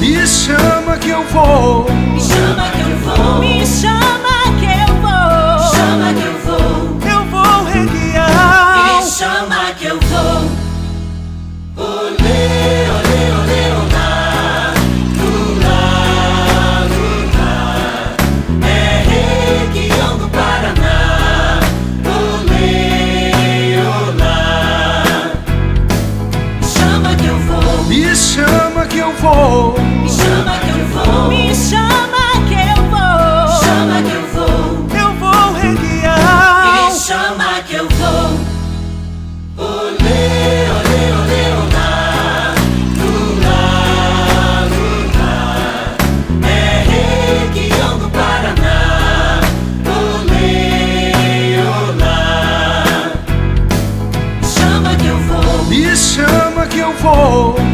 Me chama que eu vou. Me chama que eu vou. Me chama que eu vou. Chama que eu vou. Eu vou reguiar. Me chama que eu vou. Olê, olê, olê, olá. Lula, Lula. É região do Paraná. Olê, olá. Me chama que eu vou. Me chama que eu vou. Me chama que eu vou. Me chama que eu Me vou. chama que eu vou. Eu vou reguiar. Me chama que eu vou. Olê, olê, olê, olá. Lula, Lula. É região do Paraná. Olê, olá. Me chama que eu vou. Me chama que eu vou. Me É